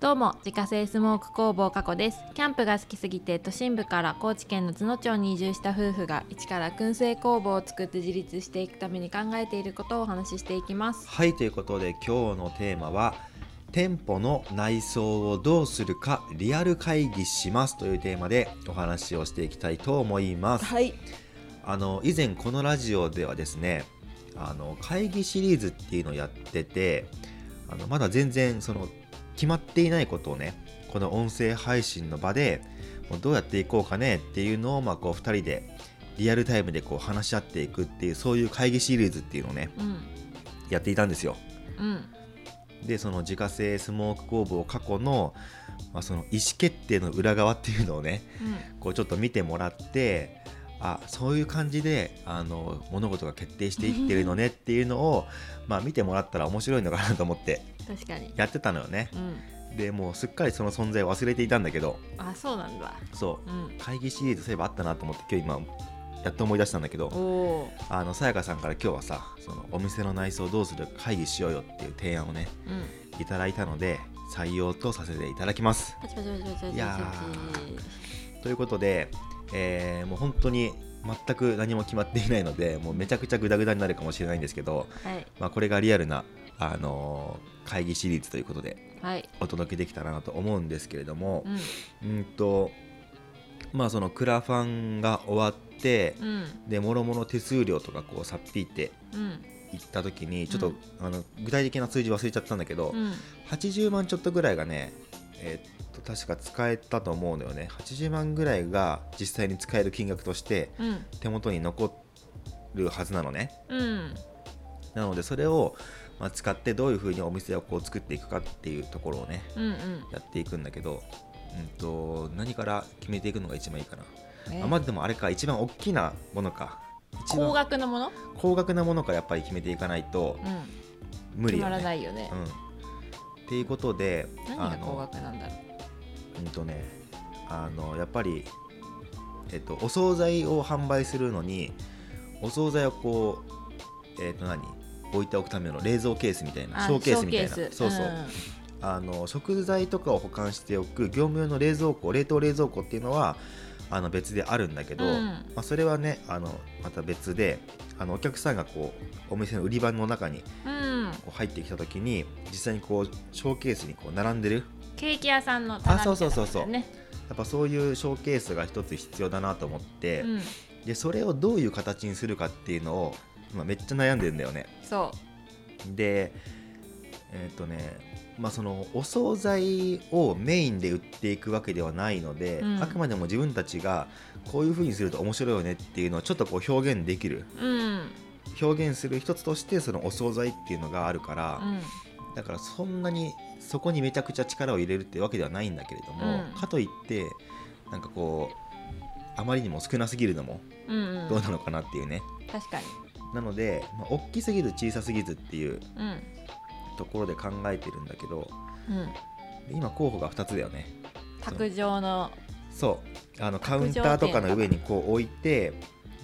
どうも自家製スモーク工房加古ですキャンプが好きすぎて都心部から高知県の津野町に移住した夫婦が一から燻製工房を作って自立していくために考えていることをお話ししていきますはいということで今日のテーマは店舗の内装をどうするかリアル会議しますというテーマでお話をしていきたいと思いますはいあの以前このラジオではですねあの会議シリーズっていうのをやっててあのまだ全然その決まっていないことをねこの音声配信の場でもうどうやっていこうかねっていうのをまあこう2人でリアルタイムでこう話し合っていくっていうそういう会議シリーズっていうのをねうんやっていたんですようんでその自家製スモーク工房過去の,、まあその意思決定の裏側っていうのをねこうちょっと見てもらってあそういう感じであの物事が決定していってるのねっていうのをまあ見てもらったら面白いのかなと思ってうん確かにやってたのよねうんでもうすっかりその存在を忘れていたんだけどあそうなんだそううん会議シリーズそういえばあったなと思って今日今やっと思い出したんだけおどおあのさやかさんから今日はさそのお店の内装どうするか会議しようよっていう提案をねーうんいただいたので採用とさせていただきます。パチパチパチパチパチいやパチということで、えーもう本当に全く何も決まっていないのでもうめちゃくちゃグダグダになるかもしれないんですけど、はいまあ、これがリアルな、あのー会議シリーズということではいお届けできたらなと思うんですけれどもうんうんとまあそのクラファンが終わってうんでもろもろ手数料とかこうさっぴいてうんいった時にちょっと、うんあの具体的な数字忘れちゃったんだけど、うん80万ちょっとぐらいがね、えーっと確か使えたと思うのよね80万ぐらいが実際に使える金額としてうん手元に残るはずなのねうんなのでそれを、まあ、使ってどういうふうにお店をこう作っていくかっていうところをねうんやっていくんだけど、うん、と何から決めていくのが一番いいかな、うんあまあでもあれか一番大きなものか一高番額のもの高額なものからやっぱり決めていかないとうん無決理よまねらないよねうん、っていうことで何が高の額なんだろうんとねあのやっぱり、えっと、お惣菜を販売するのにお惣菜をこうえっと何置いておくための冷蔵ケースみたいうなあショーケースみたいなショーケースそうそう、あの食材とかを保管しておく業務用の冷蔵庫冷凍冷蔵庫っていうのはあの別であるんだけど、うんまあ、それはねあのまた別であのお客さんがこうお店の売り場の中にうん、うんこう入ってきた時に実際にこうショーケースにこう並んでるケーキ屋さんの棚あそうそうそうそうみたいなやっぱそういうショーケースが一つ必要だなと思って、のね、でそれをどういう形にするかっていうのを今めっちゃ悩んでるんだよねうん、そでえっ、とねまあそのお惣菜をメインで売っていくわけではないので、うんあくまでも自分たちがこういう風にすると面白いよねっていうのをちょっとこう表現できるううん表現する一つとしてそのお惣菜っていうのがあるから、うんだからそんなにそこにめちゃくちゃ力を入れるってわけではないんだけれども、うんかといってなんかこうあまりにも少なすぎるのもうんうどうんなのかなっていうね、確かになので、まあ、大きすぎず小さすぎずっていううんところで考えてるんだけどうん今候補が2つだよね卓上のそうあのカウンターとかの上にこう置いて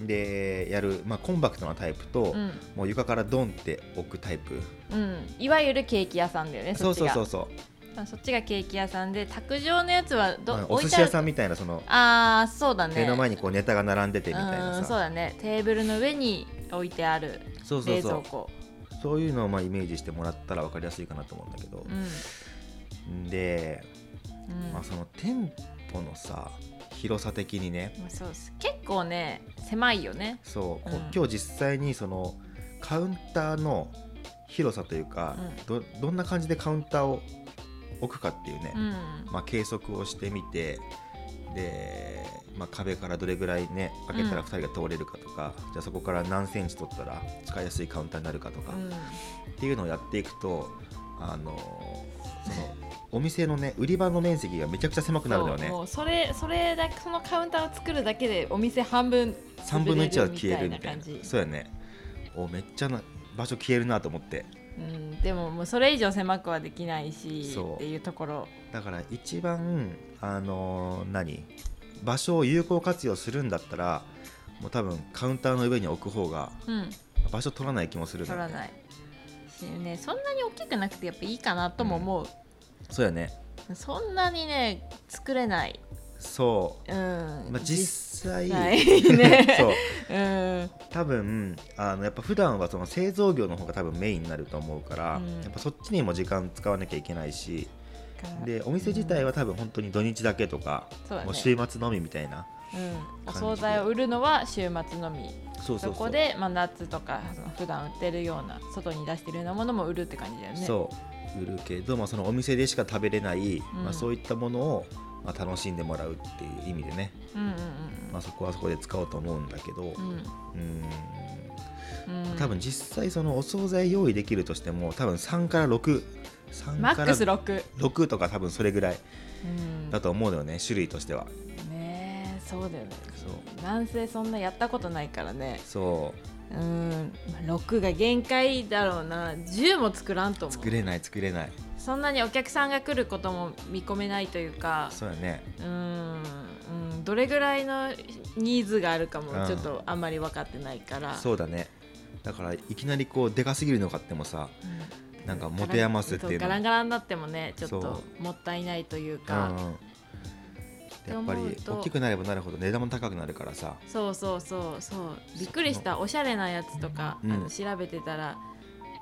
でやる、まあ、コンパクトなタイプと、うん、もう床からドンって置くタイプうん、いわゆるケーキ屋さんだよねそそうっちそうがそうそうまあそっちがケーキ屋さんで卓上のやつはど、まあお置いて寿司あ屋るさんみたいなそのああそうだね目の前にこうネタが並んでてみたいなうんそうさだねテーブルの上に置いてあるそうそ冷うそ蔵う庫そういうのをまあイメージしてもらったら分かりやすいかなと思うんだけどう、んで、うんまあ、その店舗のさ広さ的にねまあそうです結構ね狭いよねそう、こううん今日実際にそのカウンターの広さというか、どどんな感じでカウンターを置くかっていうね、うんまあ、計測をしてみてで、まあ、壁からどれぐらいね開けたら2人が通れるかとか、じゃあそこから何センチ取ったら使いやすいカウンターになるかとか、うんっていうのをやっていくとあのそのお店のね売り場の面積がめちゃくちゃ狭くなるのよねそうもうそれそれだけそのカウンターを作るだけでお店半分3分の1は消えるみたいな潰れるみたいな感じそうやねおめっちゃな場所消えるなと思ってうん、でももうそれ以上狭くはできないしそうっていうところだから一番あの何場所を有効活用するんだったらもう多分カウンターの上に置く方がうん場所取らない気もするの取よねらないしねそんなに大きくなくてやっぱいいかなとも思うそうやねそんなにね作れない、そうう、んまあ、実際実際ね そううん多分あのやっぱ普段はその製造業の方が多分メインになると思うから、うんやっぱそっちにも時間使わなきゃいけないしからでお店自体は多分本当に土日だけとか、そうだもうね週末のみみたいなうん、お感惣じで菜を売るのは週末のみそそうそうそうこで、まあ、夏とかその普段売ってるような外に出してるようなものも売るって感じだよねそう売るけど、まあ、そのお店でしか食べれない、うんまあ、そういったものを、まあ、楽しんでもらうっていう意味でね、うんうんまあ、そこはそこで使おうと思うんだけうど、んうんうんうん多分実際そのお惣菜用意できるとしても多分3から63マッかクスら6、 6とか多分それぐらいうん、だと思うのよね、種類としてはねえそうだよねそう男性そんなやったことないからねそうんまあ6が限界だろうな10も作らんとう思う作れない作れないそんなにお客さんが来ることも見込めないというかそうやねうんうんどれぐらいのニーズがあるかうもんちょっとあんまり分かってないから、そうだねだからいきなりこうでかすぎるの買ってもさうんなんか持て余すっていうのガランガラになってもねちょっそともったいないといううかんうんやっぱ思うりと大きくなればなるほど値段も高くなるからさそうそうそうそうびっくりしたおしゃれなやつとか、うんあの調べてたら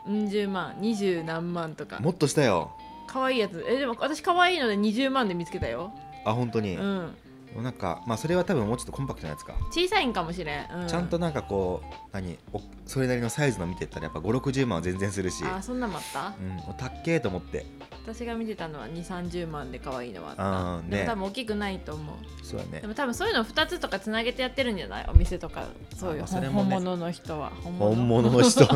うん十万二十何万とかもっとしたよ可愛いやつえでも私可愛いので20万で見つけたよ、あ本当うに、ん、なんかまあそれは多分もうちょっとコンパクトなやつか、小さいんかもしれん、うちゃんとなんかこう何おそれなりのサイズの見てったらやっぱ560万は全然するしあそんなんもあったうん、おたっけーと思って私が見てたのは2 3 0万で可愛いのはああった、ーねでも多分大きくないと思うそうやねでも多分そういうの2つとかつなげてやってるんじゃないお店とかそういう、あまあそれも本ね物の人は本本物の人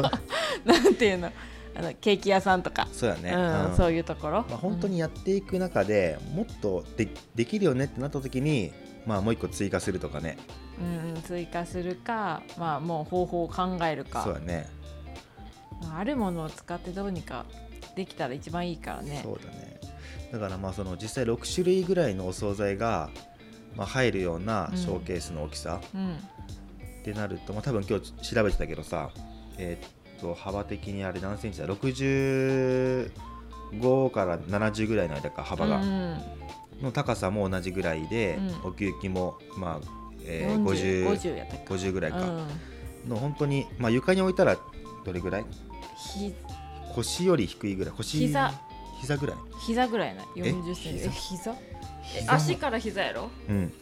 なんていうのあのケーキ屋さんとか、 そうやね、うんうんそういうところ、まあ、本当にやっていく中でもっとでできるよねってなった時に、まあ、もう一個追加するとかねうん、うんうん追加するか、まあ、もう方法を考えるそうか、だねまあ、あるものを使ってどうにかできたら一番いいからねそうだねだからまあその実際6種類ぐらいのお惣菜が、まあ、入るようなうんショーケースの大きさうんってなると、まあ、多分今日調べてたけどさえーっと幅的にあれ何センチだ65から70ぐらいの間か幅が、うんの高さも同じぐらいで、うん奥行きもまあ、えー、 40 50, 50やったっけ50ぐらいか、うん、の本当にまあ床に置いたらどれぐらいひ腰より低いぐらい腰膝膝ぐらい膝ぐらいな4え0センチえ膝え膝も足から膝やろうん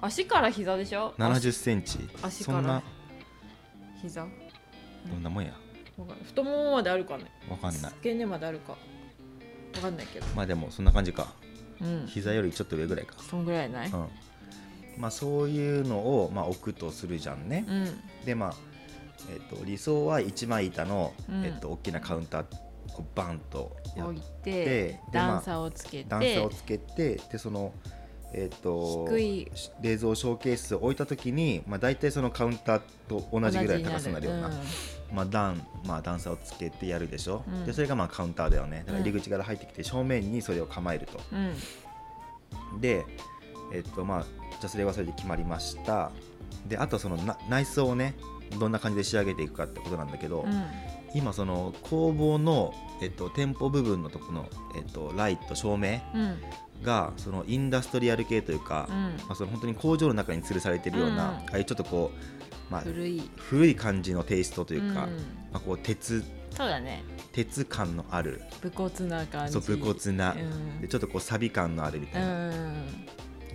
足から膝でしょ70センチ足そかんなら膝わどんなもんやかんない太ももまであるかねわかんない付け根まであるかわかんないけどまあでもそんな感じかうん膝よりちょっと上ぐらいかそんぐらいないうんまあそういうのをまあ置くとするじゃんねうんでまあえっと理想は一枚板のうんえっと大きなカウンターをバンとやっ置いでてで段差をつけて段差をつけてでそのえっと低い冷蔵ショーケースを置いた時に、まあ、大体そのカウンターと同じぐらいの高さになるような同じにまあ、段、まあ、段差をつけてやるでしょ、うんでそれがまあカウンターだよねだから入り口から入ってきて正面にそれを構えると、なるでえっとまあじゃあそれはそれで決まりましたであとそのな内装をねどんな感じで仕上げていくかってことなんだけど、うんうん今その工房の、えっと、店舗部分のとこの、えっと、ライト照明うんがそのインダストリアル系というか、うんまあ、その本当に工場の中に吊るされてるような、うんああいうちょっとこう、まあ、古い古い感じのテイストとというか、まあ、こう鉄そうだね鉄感のある武骨な感じそう武骨な、うんでちょっとこうサビ感のあるみうたいな、ん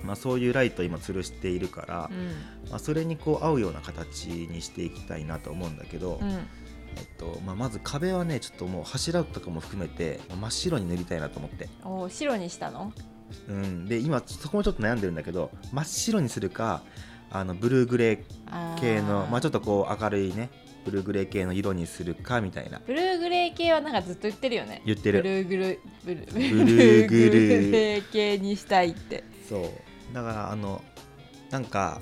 まあ、そういうライトを今吊るしているからう、んまあ、それにこう合うような形にしていきたいなと思うんだけど、うんえっとまあ、まず壁はねちょっともう柱とかも含めて真っ白に塗りたいなと思って、お白にしたのうん、で今そこもちょっと悩んでるんだけど真っ白にするかあのブルーグレー系のまあ、ちょっっととこう明るいねブルーグレー系の色にするかみたいなブルーグレー系はなんかずっと言ってるよね言ってるブルーグルブルブルーグルブルーグレー系にしたいってそうだからあのなんか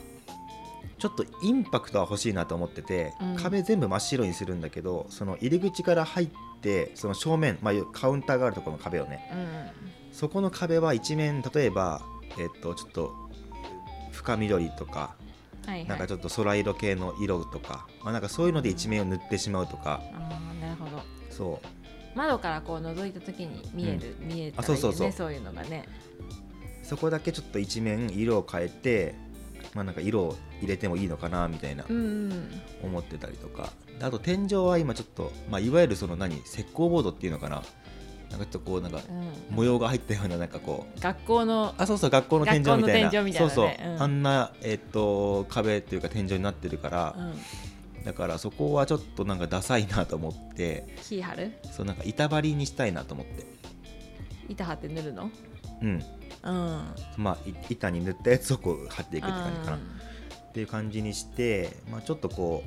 ちょっとインパクトは欲しいなと思ってて、うん壁全部真っ白にするんだけどその入り口から入ってその正面、まあ、カウンターがあるところの壁をねうんそこの壁は一面例えば、えっと、ちょっと深緑とかはいはいなんかちょっと空色系の色とか、まあ、なんかそういうので一面を塗ってしまうとか、あーなるほどそう窓からこう覗いた時に見える、見えたらあそいいようそうねそうそういうのがねそこだけちょっと一面色を変えてまあなんか色を入れてもいいのかなみたいなうんうん思ってたりとかであと天井は今ちょっと、まあ、いわゆるその何石膏ボードっていうのかななんかちょっとこうなんかうん模様が入ったようななんかこう学校のあそうそう学校の天井みたいな学校の天井みたいなねそうそうう、んあんな、えっと壁というか天井になってるから、うんだからそこはちょっとなんかダサいなと思って木貼るそうなんか板張りにしたいなと思って板貼って塗るのうんうんまあい板に塗ったやつをこう貼っていくって感じかな、うっんていう感じにして、まあ、ちょっとこ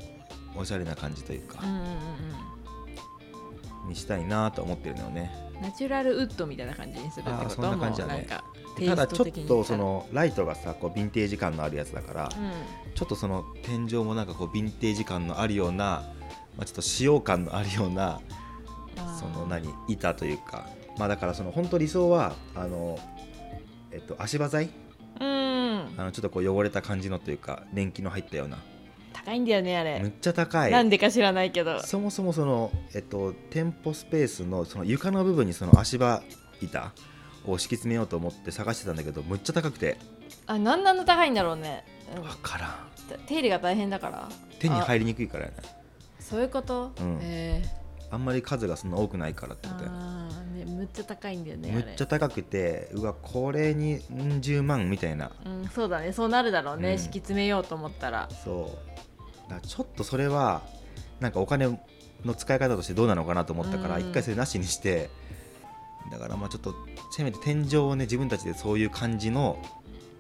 うおしゃれな感じといううんか、うんにしたいなと思ってるのよねうんうんナチュラルウッドみたいな感じにするってことあーそんな感じだねもうなんかでただテイちストょっ的にとそのライトがさこうヴィンテージ感のあるやつだから、うちょっとその天井もなんかこうヴィンテージ感のあるような、まあ、ちょっと使用感のあるようなんあーその何板というかまあだからその本当理想はあのえっと足場材うんあのちょっとこう汚れた感じのというか年季の入ったような高いんだよねあむっれちゃ高なんいでか知らないけ どそもそもそのえっと店舗スペースのその床の部分にその足場板を敷き詰めようと思って探してたんだけどむっちゃ高くてあなんなんの高いんだろうね、うんわからん手入れが大変だから手に入りにくいからやねあそういうこと、うんえあんまり数がそんな多くないからってーことやあーねむっちゃ高いんだよねあむれっちゃ高くてうわこれにん10万みたいなうん、そうだねそうなるだろうね、うん敷き詰めようと思ったらそうだからちょっとそれはなんかお金の使い方としてどうなのかなと思ったからうん一回それなしにしてだからまあちょっとせめて天井をね自分たちでそういう感じの、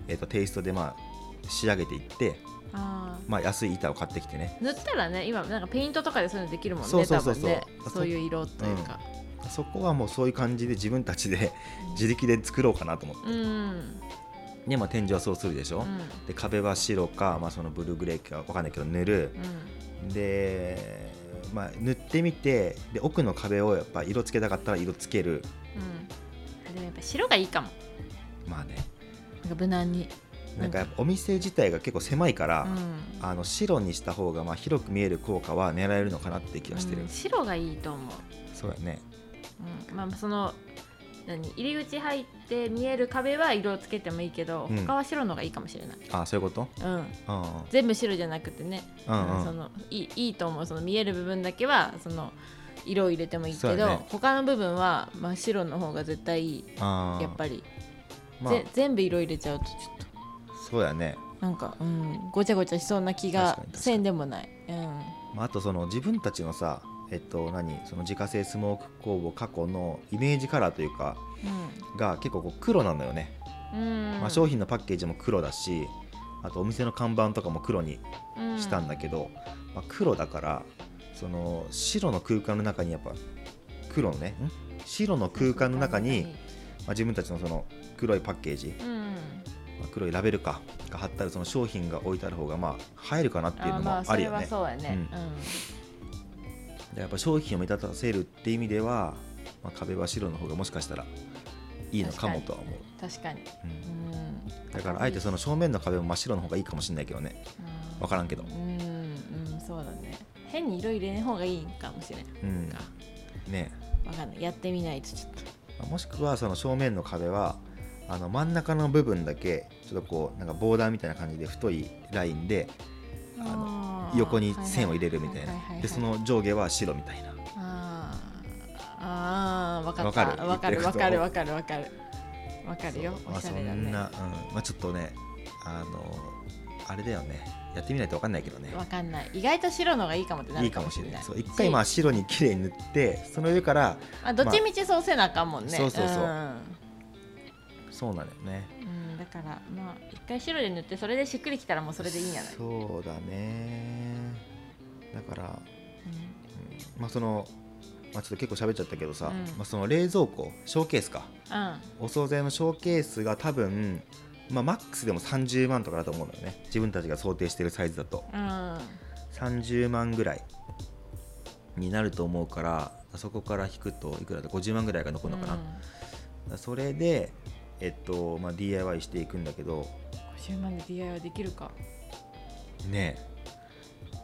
えー、とテイストでまあ仕上げていって、あまあ、安い板を買ってきてねー塗ったらね今なんかペイントとかでそういうのできるもんねそうそうそうそう多分ねあそうそういう色というか、そこはもうそういう感じで自分たちで自力で作ろうかなと思って、うん、でまあ、天井はそうするでしょ、うんで壁は白か、まあ、そのブルーグレーかわかんないけど塗るで、まあ、塗ってみてで奥の壁をやっぱ色つけたかったら色つけるうんうんでもやっぱ白がいいかもまあねなんか無難になんかやっぱお店自体が結構狭いから、うんあの白にした方がまあ広く見える効果は狙えるのかなって気がしてる、うん白がいいと思うそうやねうん、まあその何入り口入って見える壁は色をつけてもいいけど、うん他は白のがいいかもしれない、あそういうことうん、うん全部白じゃなくてね、うんうんそうのいいいいと思うその見える部分だけはその色を入れてもいいそけうど、だね他の部分は真っ白の方が絶対いいあーやっぱり、まあぜ全部色入れちゃうとちょっそうやね、となんか、うん、ごちゃごちゃしそうな気確がかに確かにせんでもない、うんまあ、あとその自分たちのさえっと何その自家製スモーク工房過去のイメージカラーというかが結構こう黒なのよねうんまあ、商品のパッケージも黒だしあとお店の看板とかも黒にしたんだけど、まあ、黒だからその白の空間の中にやっぱ黒のねん白の空間の中に、まあ、自分たちのその黒いパッケージ、うんうんまあ、黒いラベルかが貼ったるその商品が置いてある方がまあ映えるかなっていうあのーまあもそあるれよはね。そうやね、ううんでやっぱ商品を目立たせるって意味では、まあ、壁は白の方がもしかしたらいいのかもとは思う。確かに、うんうん、だからあえてその正面の壁も真っ白の方がいいかもしれないけどね分からんけどう。んうんそうだね変に色入れない方がいいんかもしれんうんかねわかんないやってみないとちょっともしくはその正面の壁はあの真ん中の部分だけちょっとこうなんかボーダーみたいな感じで太いラインであのの横に線を入れるみたいなでその上下は白みたいなあーあーわかったわわかかるる言わってかるることわかるわかるわかるよそうまおあしそゃんれだな、うんねまあ、ちょっとねあのあれだよねやってみないと分かんないけどねわかんない意外と白のがいいかもってないるいかもしれないそう一回しまあ白に綺麗に塗ってその上からあどっちみちそうせなあかんもんね、そうそうそうんそうなんだよねうんだからまあ一回白で塗ってそれでしっくりきたらもうそれでいいんじゃない、そうだねだからうんうんまあその、まあ、ちょっと結構喋っちゃったけどさ、うんまあ、その冷蔵庫ショーケースかうんお惣菜のショーケースが多分、まあ、マックスでも30万とかだと思うんだよね自分たちが想定してるサイズだとうん30万ぐらいになると思うからそこから引くといくらだ50万ぐらいが残るのかな、だからそれで、えっとまあ、DIY していくんだけど50万で DIY できるかねえ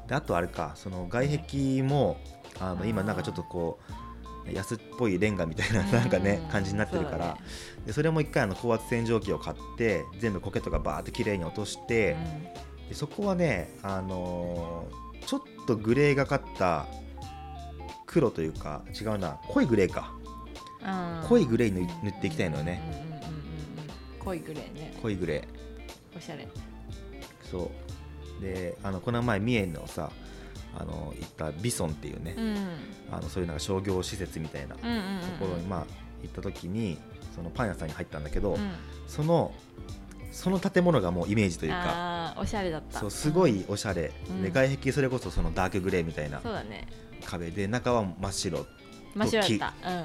であとあれかその外壁もあの今なんかちょっとこう安っぽいレンガみたいなうん なんかね感じになってるそからうだねでそれも一回あの高圧洗浄機を買って全部苔とかバーって綺麗に落として、でそこはね、あのーちょっとグレーがかった黒というか違うな濃いグレーかうん濃いグレーに塗塗っていきたいのよねうんうんうんうん濃いグレーね濃いグレーおしゃれそうであのこの前三重のさあの行ったビソンっていうね、うんうんあのそういうなんか商業施設みたいなとうんうんころにまあ行った時にそのパン屋さんに入ったんだけど、うんそのその建物がもうイメージというかあーおしゃれだったそうすごいおしゃれ、うんで外壁それこそそのダークグレーみたいなそうだね壁で中は真っ白真っ白だったうん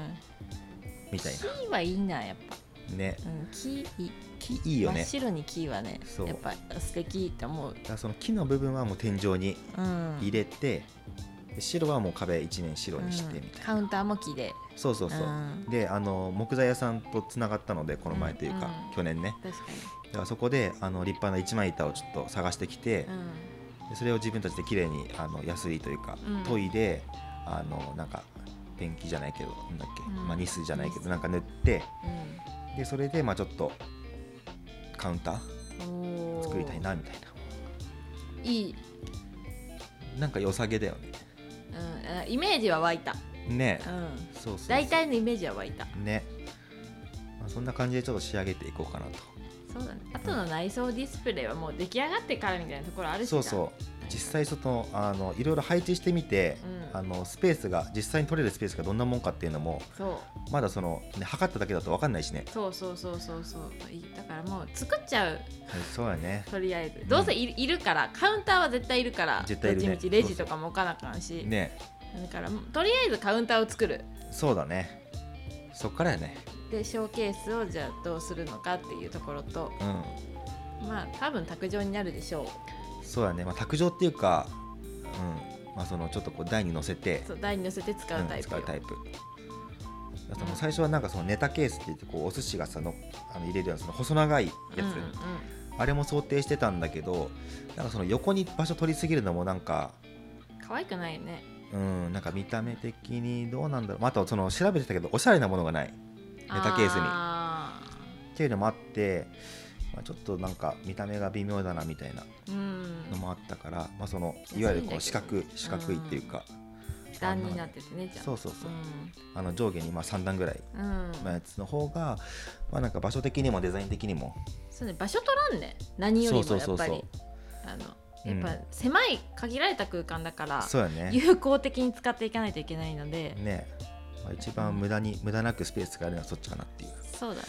みたい木はいいなやっぱなねうん木いい木いいよ真ねっ白に木はねそうやっぱ素敵って思うだからその木の部分はもう天井にうん入れて、で白はもう壁一面白にしてみうんたいカな、ウンターも木でそうそうそう、んであの木材屋さんとつながったのでこの前というか、うん去年ね確かにだからそこであの立派な一枚板をちょっと探してきて、うでそれを自分たちで綺麗にあの安いというか、うん研いであのなんかペンキじゃないけどなんだっけ、うんまあ、ニスじゃないけニどスなんか塗ってんでそれでまあちょっとカウンターうんおー作りたいなみたいいい、ななんか良さげだよねうんあ、イメージは湧いた、ねう、ん、そうそうそう大体のイメージは湧いたね、まあ、そんな感じでちょっと仕上げていこうかなとそうだねあとの内装ディスプレイはもう出来上がってからみたいなところあるしそうう、そう実際そのあのいろいろ配置してみて、うんあのスペースが実際に取れるスペースがどんなもんかっていうのもそうまだその、ね、測っただけだと分かんないしねそうそうそうそうそういいだからもう作っちゃうそうやねとりあえずどうせい,、いるからカウンターは絶対いるから絶対いるねどっちみちレジとかも置かなあかんし、ねだからもうとりあえずカウンターを作るそうだねそっからやねでショーケースをじゃあどうするのかっていうところとうんまあ多分卓上になるでしょそうだねまあ卓上っていうかうんまあそのちょっとこう台に乗せてうそう台に乗せて使うタん、イプ使よ、うタイプだからもう最初はなんかそのネタケースって言ってこうお寿司がさのあの入れるようなその細長いやつ、うんうんうんあれも想定してたんだけどなんかその横に場所取りすぎるのもなんか可愛くないよねうんなんか見た目的にどうなんだろうまたその調べてたけどおしゃれなものがないネタケースにあっていうのもあって、まあ、ちょっとなんか見た目が微妙だなみたいなーうんのもあったから、まあ、その安いんだけどいわゆるこう四角四角いっていうか、負担になっててねじゃあそううそうそう、うあの上下にまあ3段ぐらいん、うんのやつの方が、まあ、なんか場所的にもデザイン的にもそうね場所取らんね何よりもやっぱそりうそうそうそうあのうんやっぱ狭い限られた空間だから、そうやね有効的に使っていかないといけないので、ね、まあ、一番無駄に無駄なくスペースがあるのはそっちかなっていうそうだね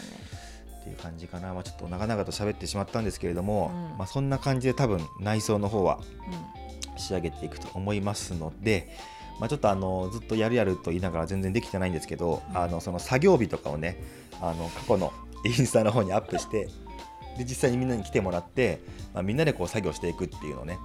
っていう感じかな、まあ、ちょっと長々と喋ってしまったんですけれども、うんまあ、そんな感じで多分内装の方はう仕上げていくと思いますので、まあ、ちょっとあのずっとやるやると言いながら全然できてないんですけど、うんあのその作業日とかをねあの過去の インスタの方にアップしてで実際にみんなに来てもらって、まあ、みんなでこう作業していくっていうのをね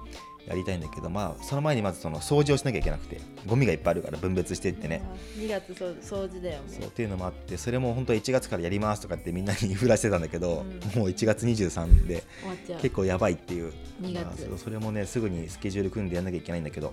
やりたいんだけど、まあ、その前にまずその掃除をしなきゃいけなくてゴミがいっぱいあるから分別していっんてね、 2月そう掃除だよもそうっていうのもあってそれも本当は1月からやりますとかってみんなに 振らせてたんだけど、うんもう1月23で終わっちゃう結構やばいっていう2まあ月そうそれもねすぐにスケジュール組んでやんなきゃいけないんだけど、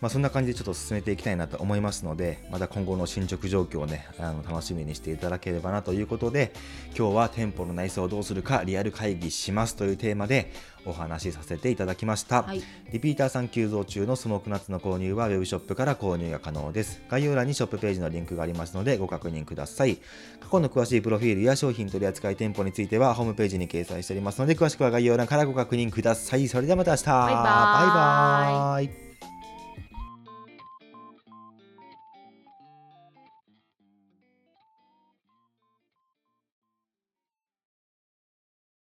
まあ、そんな感じでちょっと進めていきたいなと思いますのでまた今後の進捗状況をねあの楽しみにしていただければなということで今日は店舗の内装をどうするかリアル会議しますというテーマでお話しさせていただきました。はいリピーターさん急増中のスモークナッツの購入はウェブショップから購入が可能です。概要欄にショップページのリンクがありますのでご確認ください。過去の詳しいプロフィールや商品取扱い店舗についてはホームページに掲載しておりますので詳しくは概要欄からご確認ください。それではまた明日。バイバイバーイバーイ